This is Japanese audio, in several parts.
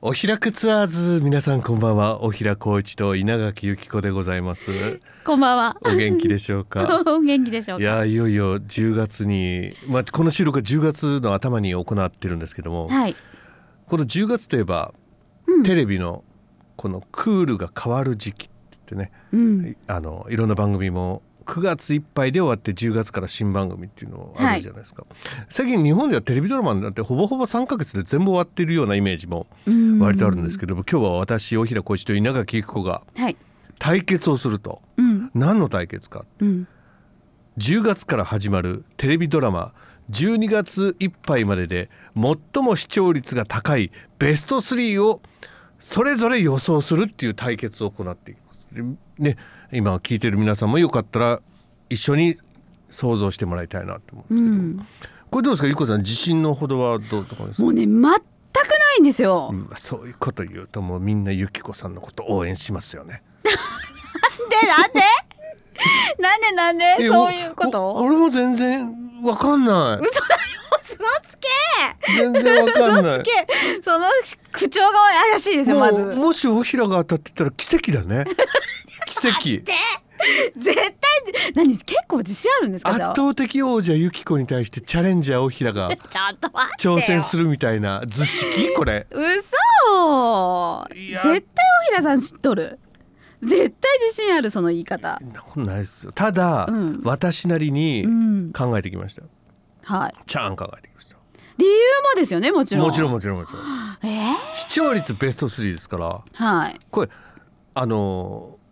おひらくツアーズ皆さんこんばんはおひらこういちと稲垣由紀子でございますこんばんは。お元気でしょう かお元気でしょういか。やいよいよ10月にまあこの収録は10月の頭に行ってるんですけども、はい。この10月といえば、テレビのこのクールが変わる時期って言ってね、うん。あのいろんな番組も9月いっぱいで終わって10月から新番組っていうのあるじゃないですか、最近日本ではテレビドラマなんてほぼほぼ3ヶ月で全部終わってるようなイメージもうん割とあるんですけども、今日は私大平浩一と稲垣由紀子がはい。対決をするとうん。何の対決かうん。 10月から始まるテレビドラマ12月いっぱいまでで最も視聴率が高いベスト3をそれぞれ予想するっていう対決を行っていきます。でね今聞いてる皆さんもよかったら一緒に想像してもらいたいなと思う。うん。これどうですかゆっこさん自信のほどはどうとかですもかうね、全くないんですよ。うわそういうこと言うともうみんなゆきこさんのこと応援しますよね。で、なんで。なんで、なんで、やそういうこおと。俺も全然わかんない。嘘だよ。嘘つけ。全然わ かんない嘘つ。け。その口調が怪しいですよ。まもうず。もし大平が当たってたら奇跡だ ね奇跡絶対。何、結構自信あるんですか。圧じゃあ倒的王者ユキコに対してチャレンジャー大平がちょっと待ってよ。挑戦するみたいな図式これ嘘い絶や対大平さん知っとる絶対自信あるその言い方そんなことないですよただ、うん私なりうにん考えてきましたはいちゃん考えてきました理由もですよねもちろんもちろんんもちろんもちろんえー、視聴率ベスト3ですからはいこれあのー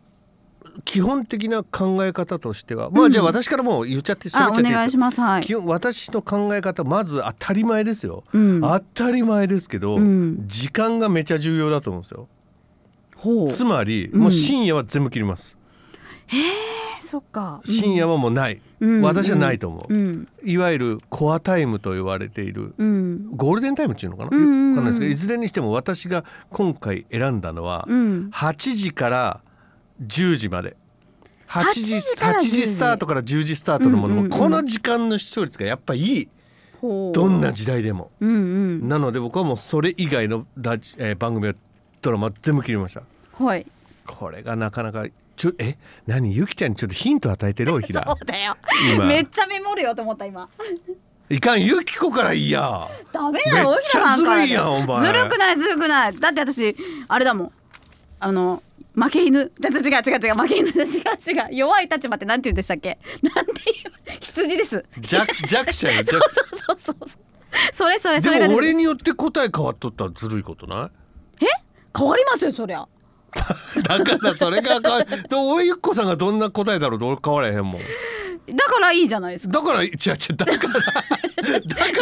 基本的な考え方としてはまあじゃあ私からもう言っちゃって喋あっおちゃっていい願いですしかますはい基本私の考え方まず当たり前ですようん当たり前ですけど、うん時間がめちゃ重要だと思うんですよほうつまり、うんもう深夜は全部切りますえそっか深夜はもうない、うん私はないと思う、うんいわゆるコアタイムと言われているうんゴールデンタイムっていうのかな、うんうんうわんかんないですけどいずれにしても私が今回選んだのは、うん8時から10時まで8 8時時 ,8 時スタートから10時スタートのものも、うんうんうんこの時間の視聴率がやっぱいいほうどんな時代でも。うんうんなので僕はもうそれ以外のラジ、えー番組やドラマ全部切りましたはいこれがなかなかちょえ何ゆきちゃんにちょっとヒント与えてるおひ そらうだよ今めっちゃメモるよと思った今いかんゆきこからいいやダメだよめっ大ち平ゃさんからずるいやんお前ずるくないずるくないだって私あれだもんあの負け犬じゃ違う違う違う負け犬違う違う弱い立場ってなんて言うんでしたっけなんていう羊です弱弱者よ そう弱そうそうそうそれそれそれでがもです俺によって答え変わっとったらずるいことな変わりますよそりゃいだからそれがかで俺ゆきこさんがどんな答えだろうと俺変わらへんもんだからいいじゃないですかだから違う違うだからだだからい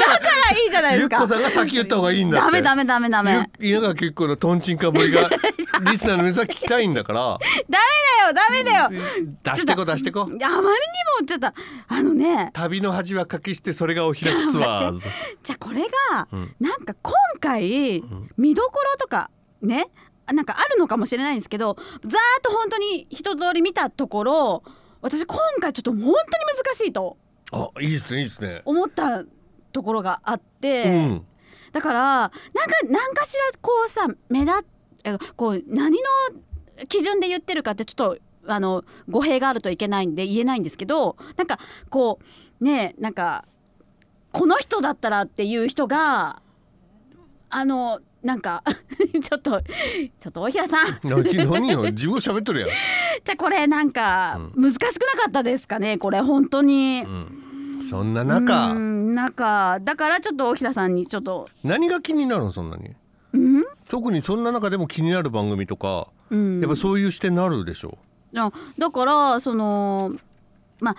いじゃなからゆきいですかこさんが先言った方がいいんだってダメダメダメダメダメゆ稲垣結構のとんちんかぶりがリスナーの皆さん聞きたいんだからだよダメだよ出してこ出してこあまりにもちょっとあのね旅の恥はかきしてそれがお開くツアー ズじゃあこれが、うんなんか今回、見どころとかねなんかあるのかもしれないんですけどざーっと本当に一通り見たところ私今回ちょっと本当に難しいとあいいですねいいですね、思ったところがあって、うんだからなんか何かしらこうさ目立っえこう何の基準で言ってるかってちょっとあの語弊があるといけないんで言えないんですけどなんかこうねえなんかこの人だったらっていう人があのなんか ちょっとちょっと大平さんじ な何よ自分が喋っとるゃあこれなんか難しくなかったですかねこれ本当にやん、。うん、そんなう中ん中だからちょっと大平さんにちょっと何が気になるのそんなにうん、特にそんな中でも気になる番組とかうん、やっぱそういう視点になるでしょあだからそのまあ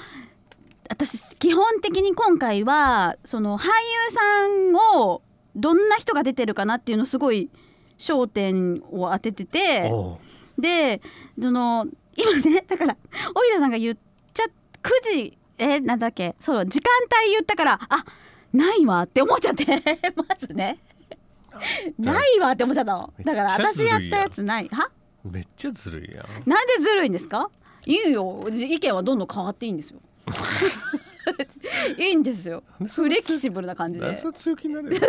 私基本的に今回はその俳優さんをどんな人が出てるかなっていうのをすごい焦点を当ててう、ておうでその今ね だから大平さんが言っちゃ9時えなんだっけそう時間帯言ったからあないわって思っちゃって まずねないわって思っちゃったのだからめっちゃず私やるっいやんたやつないはめっちゃずるいやんな んでずるいんですかいいよじ意見はどんどん変わっていいんですよいいんですよなんでそんフなレキシブルな感じなんででそんな強気になれ る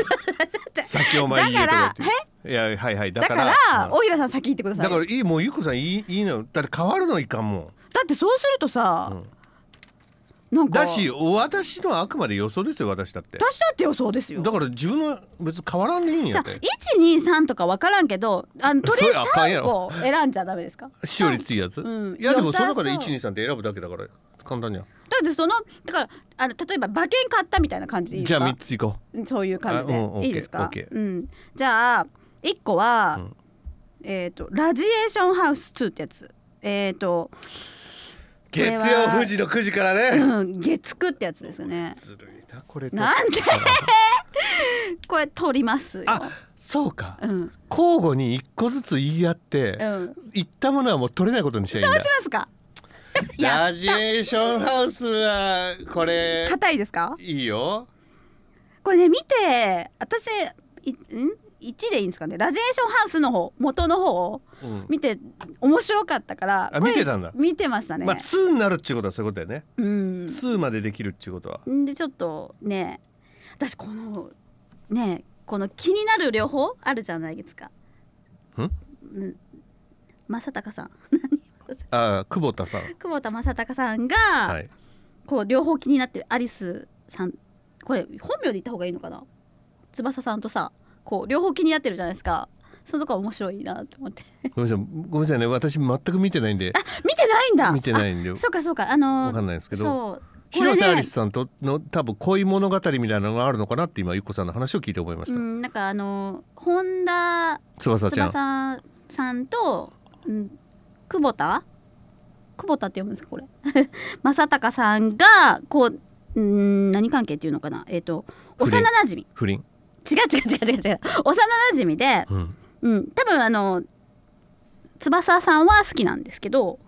先お前言えとか言っていやはいはいだだかかららうん大平さん先行ってくださだいだからいいもうゆっこさんいいいいのだって変わるのいかんもんってそうするとさ、なんかだし私のはあくまで予想ですよ私だって私だって予想ですよだから自分の別に変わらんでいいんじやゃっあて123とか分からんけどあのとりあえずそれあかんや3ろ個選んじゃダメです かしおりついやつ、うんいやでも良さそそのう中で123って選ぶだけだから簡単じゃんだってそのだからあの例えば馬券買ったみたいな感じでいいじゃですかあ3ついこうそういう感じで、あうんいいですか、 OK うん、じゃあ一個は、うんえっ、とラジエーションハウス2ってやつえっ、と、 これは月曜富士の9時からね、うん、月9ってやつですよねずるいなこれな んでだからこれ取りますよあそうかうん交互に1個ずつ言い合って、うん言ったものはもう取れないことにしちゃいいんどうだしますかやラジエーションハウスはこれ硬いですかいいよこれね見て私いん1でいいんですかねラジエーションハウスの方元の方をうん見て面白かったからあこれ見てたんだ見てましたね、まあ2になるっていうことはそういうことだよねうん2までできるっていうことはんでちょっとね私このねこの気になる両方あるじゃないですか。んうん正隆さんああ久保田さん久保田正隆さんが、はいこう両方気になってるアリスさんこれ本名で言った方がいいのかな翼さんとさこう両方気になってるじゃないですかそのとこ面白いなと思って ごめんなさいごめんなさいね私全く見てないんで見てないんだ見てないんであわそうかそうかあのーかんないんですけどそうこれ広瀬アねリスさんとの多分恋物語みたいなのがあるのかなって今ゆっこさんの話を聞いて思いましうたんなんかあのー本田翼ちゃん翼さんと、うん、久保田久保田って読むんですかこれ 正隆さんがこううん何関係っていうのかなえっ、と不幼倫なじみ不倫違う違う違う違う違う幼なじみで、うんうん、多分あの翼さんは好きなんですけど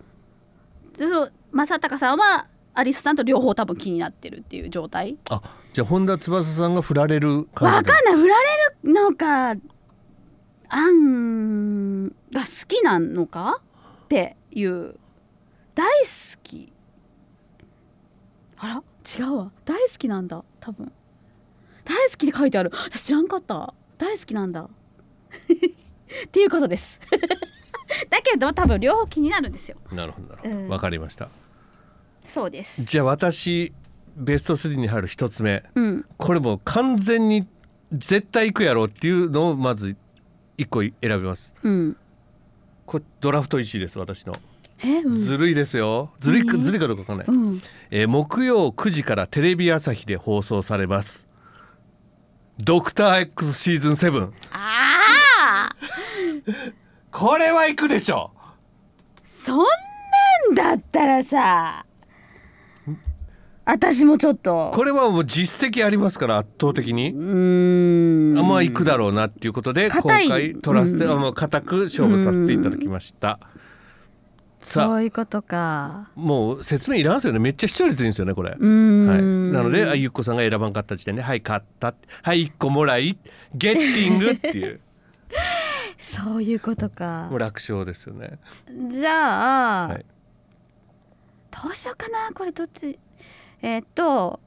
そう正隆さんはアリスさんと両方多分気になってるっていう状態あじゃあ本田翼さんが振られるわ感かんじだない振られるのかアンが好きなのかっていう大好きあら違うわ大好きなんだ多分大好きって書いてある私知らんかった大好きなんだ っていうことです だけど多分両方気になるんですよなるほどなるほどうんわかりましたそうですじゃあ私ベスト3に入る一つ目うんこれもう完全に絶対行くやろうっていうのをまず一個選びますうんこれドラフト1位です私の、えうんずるいですよずるいか何ずるいかどうかわかんない、うんえー木曜9時からテレビ朝日で放送されますドクター X シーズン7ああこれは行くでしょそんなんだったらさ私もちょっとこれはもう実績ありますから圧倒的にうーんあまあ行くだろうなっていうことで今硬い回取らせて、うんあもう固く勝負させていただきました、さあそういうことかもう説明いらんすよねめっちゃ視聴率いいんですよねこれ、うーん、はい、なのであゆっこさんが選ばんかった時点で「はい買った」って「はい1個もらい」「ゲッティング」っていうそういうことかもう楽勝ですよねじゃあ、はいどうしようかなこれどっちえーっと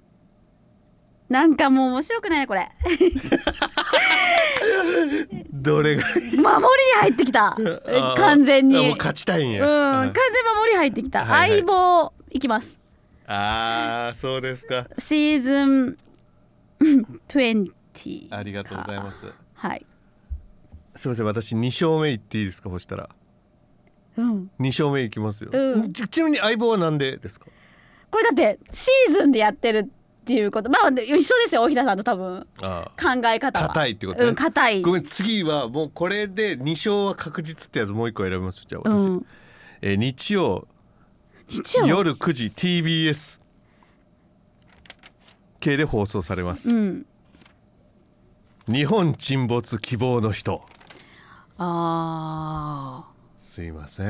なんかもう面白くないね これどれが守りに入ってきたあ ー完全にあもううん完勝ちたいん全や、守はいり入ってきた、はいはい相棒いきますあーそうですかシー ズンうん20ありがとうございますはい、すいません私2勝目いっていいですかほしたらうん、 2勝目いきますよ、うんちちなみに相棒はなんでですかこれだってシーズンでやってるっていうことまあ一緒ですよ大平さんと多分あ考え方は硬いってことねうん硬いーごめん次はもうこれで2勝は確実ってやつもう一個選びますじゃあう私、ん、えー日曜日曜夜9時 TBS 系で放送されます、うん日本沈没希望の人あすいません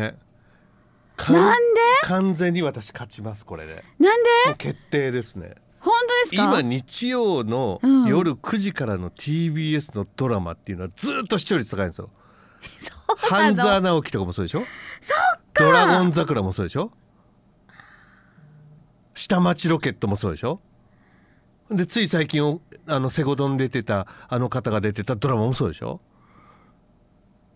ーなんで完全に私勝ちますこれでなんでもう決定ですね本当です今か日曜のうん夜9時からの TBS のドラマっていうのはずーっと視聴率高いんですような半の沢直樹とかもそうでしょドラゴン桜もそうでしょ下町ロケットもそうでしょでつい最近おあのセゴドン出てたあの方が出てたドラマもそうでしょ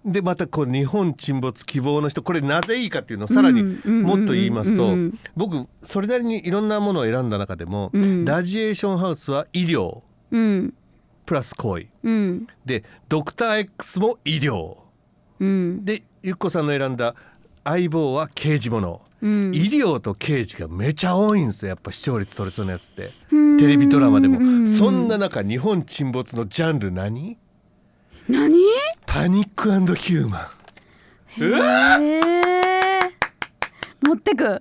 でまたこう「日本沈没希望の人」これなぜいいかっていうのをさらにうんうんうんもっと言いますうとん僕それなりにいろんなものを選んだ中でもうんラジエーションハウスは医療うんプラス恋うんでドクター X も医療うんでゆっこさんの選んだ相棒は刑事ものうん医療と刑事がめちゃ多いんですよやっぱ視聴率取れそうなやつってうんテレビドラマでうもうそんな中日本沈没のジャンル何何パニックヒューマうへえ持ってくン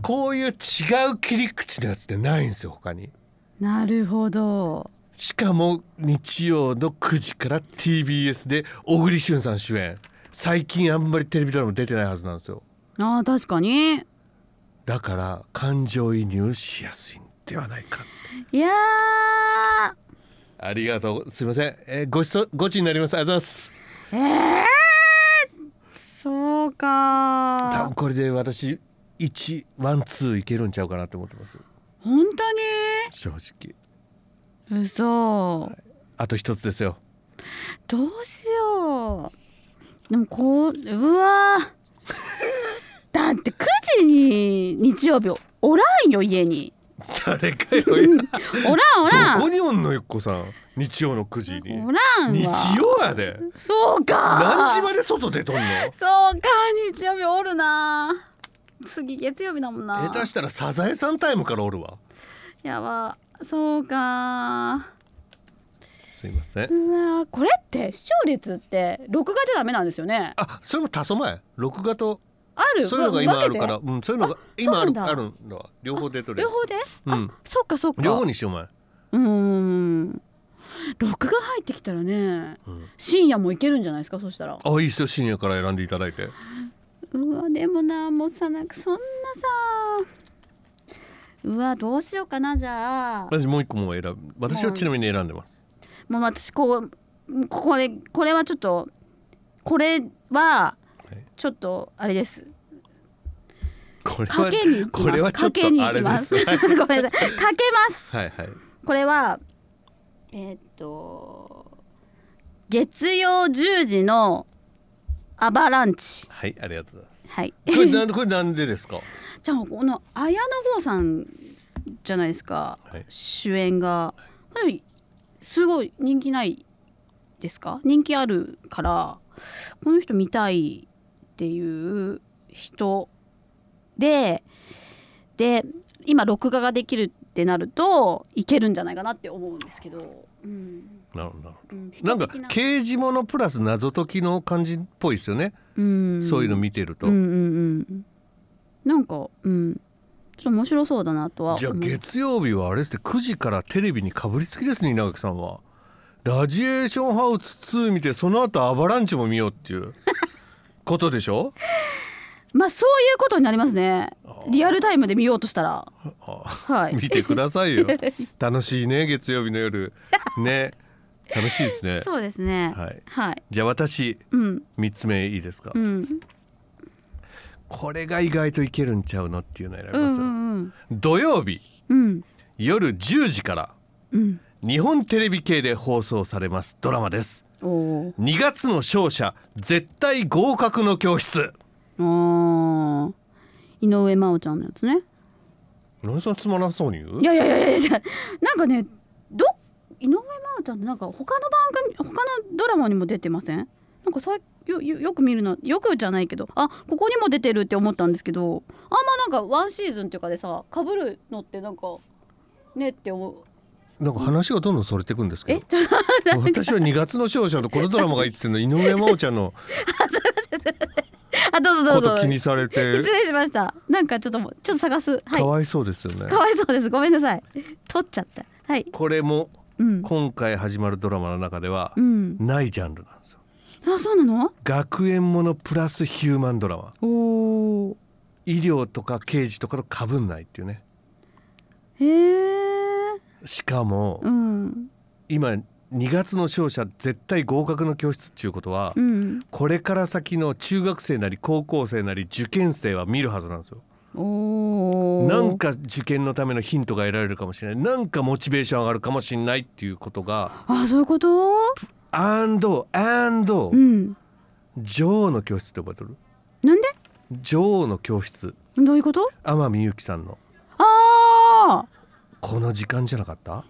こういう違う切り口のやつってないんですよ他になるほどしかも日曜の9時から TBS で小栗旬さん主演最近あんまりテレビドラマ出てないはずなんですよあー確かにだから感情移入しやすいんではないかいやーありがとうすいません、えーごちそうごちになりますありがとうございますえー、そう多か分これで私1ワンツーいけるんちゃうかなと思ってます本正直当に嘘あと一つです よどうしようでもこううわー だって9時に日曜日おらんよ家に誰かよいやおらんおらどこんにおんのゆっこさん日曜の9時におらん日わ曜やでそうか何時まで外出とんのそうか日曜日おるな次月曜日だもんな下手したらサザエさんタイムからおるわやばそうかすいませんうわこれって視聴率って録画じゃダメなんですよねあそれも多層前録画とあるそういうのが今あ分るけかてらうんそういうのが今あそうるなんだあるんだわ両方出とれる両方で、うんあそうかそうか両方にしようお前うーん録画入ってきたらねうん深夜もいけるんじゃないですかそしたらあいいっすよ深夜から選んでいただいてうわでもなもうさなんかそんなさうわどうしようかなじゃあ私もう一個もう選ぶ私はちなみに選んでますもう私こうここれこれはちょっとこれはいちょっとあれです。これ賭はけに行きます。これはちょっと賭けに行あきれま。ですす ごめんなさい。賭けます。はいはいこれはえーっと月曜10時のアバランチ。はいありがとうございますはい。これなんでこれなんでですか じゃあこの綾野剛さんじゃないですか。はい主演がはいすごい人気ないですか人気あるからこの人見たいっていう人でで今録画ができるってなるといけるんじゃないかなって思うんですけど、うんなるほどなるほうん、どなんか刑事ものプラス謎解きの感じっぽいですよねそういうの見見てるとうんうんうんなんかうんちょっと面白そうだなとは思うじゃあ月曜日はあれですね9時からテレビにかぶりつきですね稲垣さんはラジエーションハウス2見てその後アバランチも見ようっていうことでしょまあそういうことになりますねリアルタイムで見ようとしたらあはい見てください よ楽しいね月曜日の夜ね楽しいですね そうですね。ははいい。はい。じゃあ私うん。 3つ目いいですか、うん。これが意外といけるんちゃうのっていうの選びうん。うますよ、ん。土曜日うん。夜10時からうん。日本テレビ系で放送されますドラマですおお2月の勝者絶対合格の教室ー。ああ。井上真央ちゃんのやつね。何そんなつまらなそうに言ういやいやいやいや。なんかね、ど井上真央ちゃんってなんか他の番組他のドラマにも出てません？なんかさよよよく見るなよくじゃないけどあここにも出てるって思ったんですけどあんまなんかワンシーズンっていうかでさ被るのってなんかねって思うなんか話がどんどんそれてくんですけえど私は2月の勝者とこのドラマがいいって言ってんの井上真央ちゃんのあどうぞどこうぞと気にされ て失礼しましたなんかちょっともちょっと探すはいかわいそうですよねかわいそうです。ごめんなさい。取っちゃった。はい。これもうん。今回始まるドラマの中ではうん。ないジャンルなんですよあ、そうなの？学園ものプラスヒューマンドラマおお。医療とか刑事とかとかぶんないっていうねへえ。しかもうん。今2月の勝者絶対合格の教室っていうことは、うん。これから先の中学生なり高校生なり受験生は見るはずなんですよおーなんか受験のためのヒントが得られるかもしれないなんかモチベーション上がるかもしれないっていうことがあそういうこと「and and うん女王の教室」って覚えてるなんで女王の教室どういうこと天海祐希さんのああこの時間じゃなかった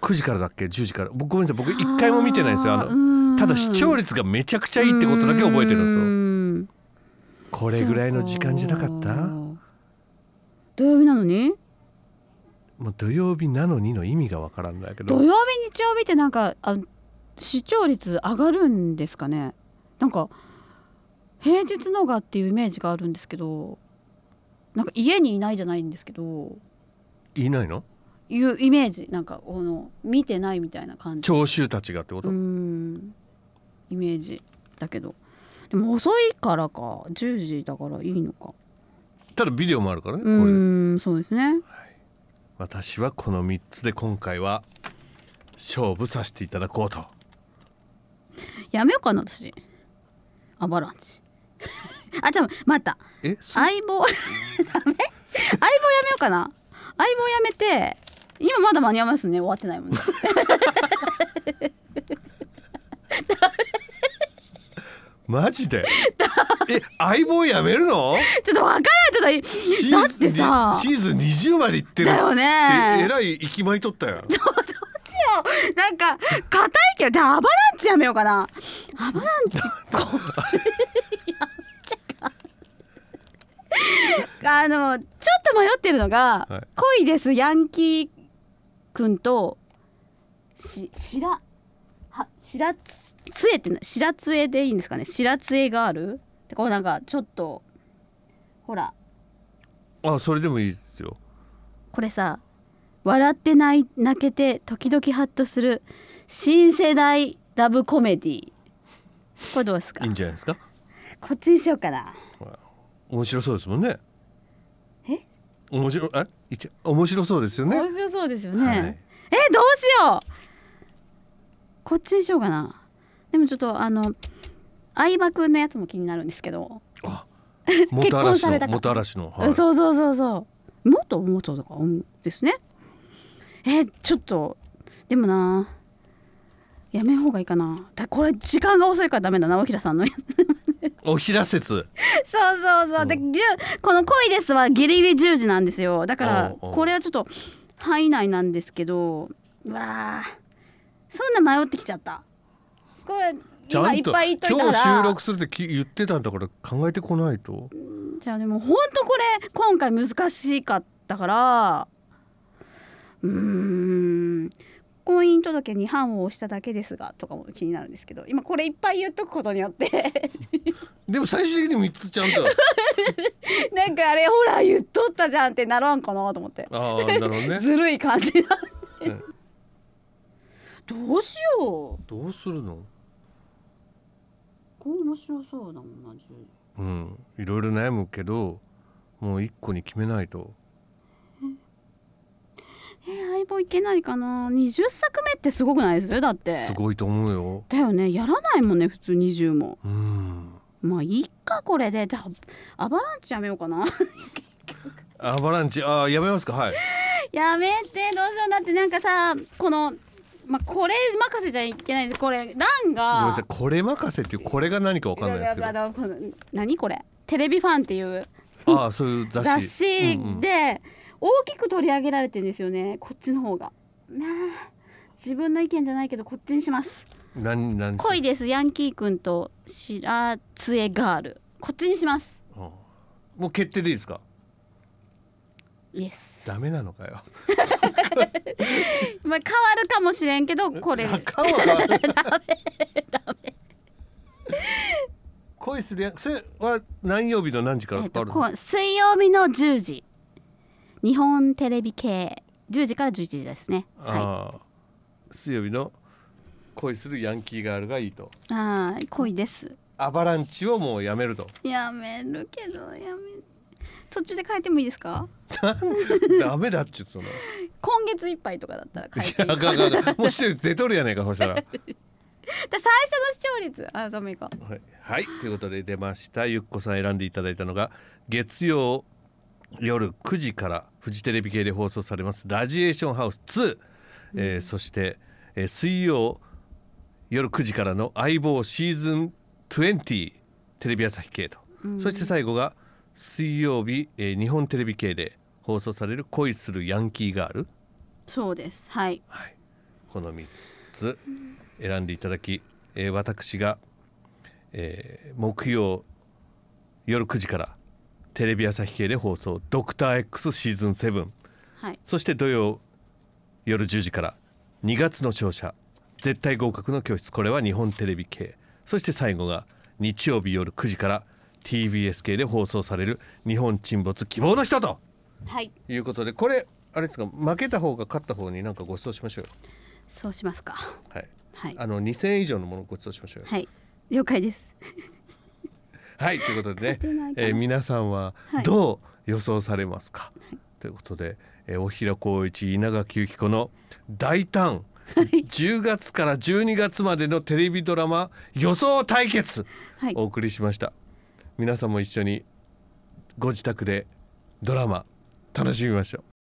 9時からだっけ10時から僕ごめんなさい僕一回も見てないんですよあののただ視聴率率がめちゃくちゃいいってことだけ覚えてるんですよんですよこれぐらいの時間じゃなかった土曜日なのにもう土曜日なのにの意味がわからんだけど土曜日日曜日ってなんかあ視聴率上がるんですかねなんか平日のがっていうイメージがあるんですけどなんか家にいないじゃないんですけどいないのいうイメージなんかこの見てないみたいな感じ聴衆たちがってこと、うーんイメージだけどでも遅いからか10時だからいいのかただビデオもあるからねうこれーんそうですね私はこの3つで今回は勝負させていただこうとやめようかな私アバランチ あじゃあ待ったえそ相棒 ダメ相棒やめようかな相棒やめて今まだ間に合いますね終わってな いもんねマジ でえ相棒やめるのちょっとわからないちょっとだってさシーズンにシーズン20までいってるだよええねらい息まりとったよどうどうしよう なんか硬いけどでアバランチやめようかなアバランチこうやめちゃかあのちょっと迷ってるのが「はい恋ですヤンキーくん」と「し白は白つ杖ってな白杖でいいんですかね白杖があるってこうなんかちょっとほらあそれでもいいですよこれさ笑ってない泣けて時々ハッとする新世代ラブコメディこれどうですかいいんじゃないですかこっちにしようかな面白そうですもんねえ面白え一面白そうですよね面白そうですよね、はいえどうしようこっちにしようかなでもちょっとあの相葉くんのやつも気になるんですけど、あ 結元婚嵐されのた方元嵐の、はいそうそうそうそうもっともっととかうんですねえちょっとでもなやめんほうがいいかなだこれ時間が遅いからダメだなおひらさんのおひら説そうそうそう。で、うじゅこの恋ですはギリギリ10時なんですよ。だからおうおうこれはちょっと範囲内なんですけど、うわあ、そんな迷ってきちゃった。これちゃ今いんっとぱい言っといたら、今日収録するってき言ってたんだから考えてこないとじゃあでも本当これ今回難しかったから、うーん。婚姻届に判を押しただけですがとかも気になるんですけど今これいっぱい言っとくことによって でも最終的に3つちゃんと なんかあれほら言っとったじゃんってならんかなと思ってああなるほどねずるい感じなうんどうしようどうするのこう面白そうだもんな十うんいろいろ悩むけどもう1個に決めないとえー、相棒いけないかな20作目ってすごくないですよだってすごいと思うよだよねやらないもんね普通20もうんまあいいかこれでじゃあアバランチやめようかな アバランチああやめますかはいやめてどうしようだってなんかさこのまあこれ任せちゃいけないですこれランごめんがなさいこれ任せっていうこれが何かわかんないですけいやいどやあのこの何これテレビファンっていうああそういう雑誌雑誌うんうんで大きく取り上げられてるんですよねこっちの方がなあ自分の意見じゃないけどこっちにします何何恋ですヤンキーくんと白杖ガールこっちにしますうんもう決定でいいですかイエスダメなのか よまあ変わるかもしれんけどこれあかんわダメダメ恋するやそれは何曜日の何時からえっ変わとるの、こう水曜日の10時日本テレビ系10時から11時ですねはああ水曜日の恋するヤンキーガールがいいといはーい恋ですアバランチをもうやめるとやめるけどやめ途中で変えてもいいですかダメだっちゅうそのい今月いっぱいとかだったら変えていいやあかんあかんあかんもうしてるデトルやねんかそしたら最初の視聴率あダメかはい、はい、ということで出ましたゆっこさん選んでいただいたのが月曜夜9時からフジテレビ系で放送されます「ラジエーションハウス2」えーそして、えー水曜夜9時からの「相棒シーズン20」テレビ朝日系と、そして最後が水曜日、えー日本テレビ系で放送される「恋するヤンキーガール」そうですはいはい、この3つ選んでいただき、えー私が、えー木曜夜9時からテレビ朝日系で放送「ドクター x シーズン7はい」そして土曜夜10時から「2月の勝者絶対合格の教室」これは日本テレビ系そして最後が日曜日夜9時から TBS 系で放送される「日本沈没希望の人」とはいいうことでこれあれですか負けた方が勝った方になんかご馳走しましょうよ。そうしますかはい。はいあの2000円以上のものをご馳走しましょうよ。はい了解ですはい、ということでね勝てない、かなえー皆さんははいどう予想されますか。ということで、えー、おひらこういち稲垣由紀子の大胆。10月から12月までのテレビドラマ予想対決はいお送りしました、皆さんも一緒にご自宅でドラマ楽しみましょう